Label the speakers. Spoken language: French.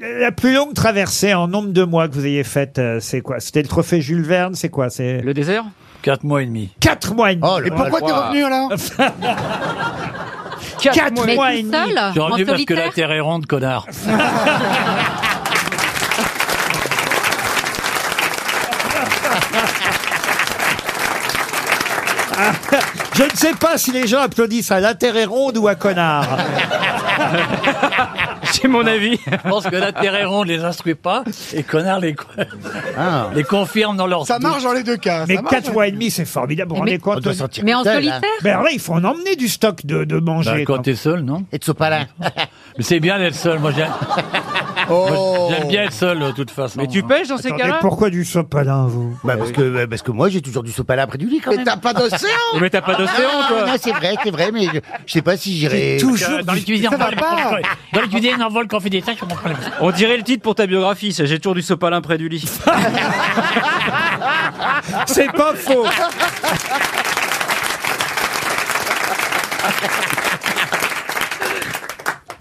Speaker 1: la plus longue traversée en nombre de mois que vous ayez faite, euh, c'est quoi C'était le trophée Jules Verne, c'est quoi C'est
Speaker 2: Le désert
Speaker 3: 4 mois et demi.
Speaker 1: 4 mois et
Speaker 3: Oh,
Speaker 4: Oh,
Speaker 1: demi.
Speaker 5: Et pourquoi t'es revenu alors
Speaker 1: Quatre mois,
Speaker 6: Mais
Speaker 1: et
Speaker 6: tout
Speaker 1: demi.
Speaker 6: seul
Speaker 3: J'ai
Speaker 6: En
Speaker 3: revenu parce que la
Speaker 6: solitaire
Speaker 3: Terre est ronde, connard.
Speaker 1: Je ne sais pas si les gens applaudissent à l'intérêt ronde ou à connard.
Speaker 2: C'est mon avis.
Speaker 3: Je pense que la Terre est ronde les instruit pas et connard les, co-
Speaker 4: Ah.
Speaker 5: Ah.
Speaker 3: les confirme dans leur
Speaker 5: Ça marche dans les deux cas.
Speaker 1: Mais
Speaker 5: ça marche.
Speaker 3: hein.
Speaker 1: 4 mois et demi, c'est formidable. Vous vous rendez compte Tony
Speaker 6: Mais en solitaire
Speaker 4: hein,
Speaker 1: Ben alors là, il faut en emmener du stock de, de
Speaker 3: Bah,
Speaker 1: manger.
Speaker 3: quand t'es seul, non
Speaker 4: Et de sopalin.
Speaker 3: Mais c'est bien d'être seul. Moi, j'aime
Speaker 5: Oh.
Speaker 3: j'aime bien être seul, de toute façon.
Speaker 2: Mais tu pêches dans ces
Speaker 1: Attendez,
Speaker 2: cas-là
Speaker 1: pourquoi du sopalin, vous
Speaker 4: Bah, parce que, bah, parce que moi, j'ai toujours du sopalin près du lit, quand
Speaker 5: Mais
Speaker 4: même.
Speaker 5: t'as pas d'océan
Speaker 2: Mais t'as pas d'océan,
Speaker 4: Ah,
Speaker 2: toi
Speaker 4: non, c'est vrai, c'est vrai, mais je, je sais pas si j'irai.
Speaker 1: Toujours
Speaker 3: Dans
Speaker 1: du-
Speaker 3: les cuisines,
Speaker 5: Ça
Speaker 3: on
Speaker 5: va
Speaker 3: vole,
Speaker 5: pas.
Speaker 3: Dans les cuisines, on vole quand on fait des tâches, on prend les-
Speaker 2: On dirait le titre pour ta biographie, ça. J'ai toujours du sopalin près du lit.
Speaker 1: C'est pas faux.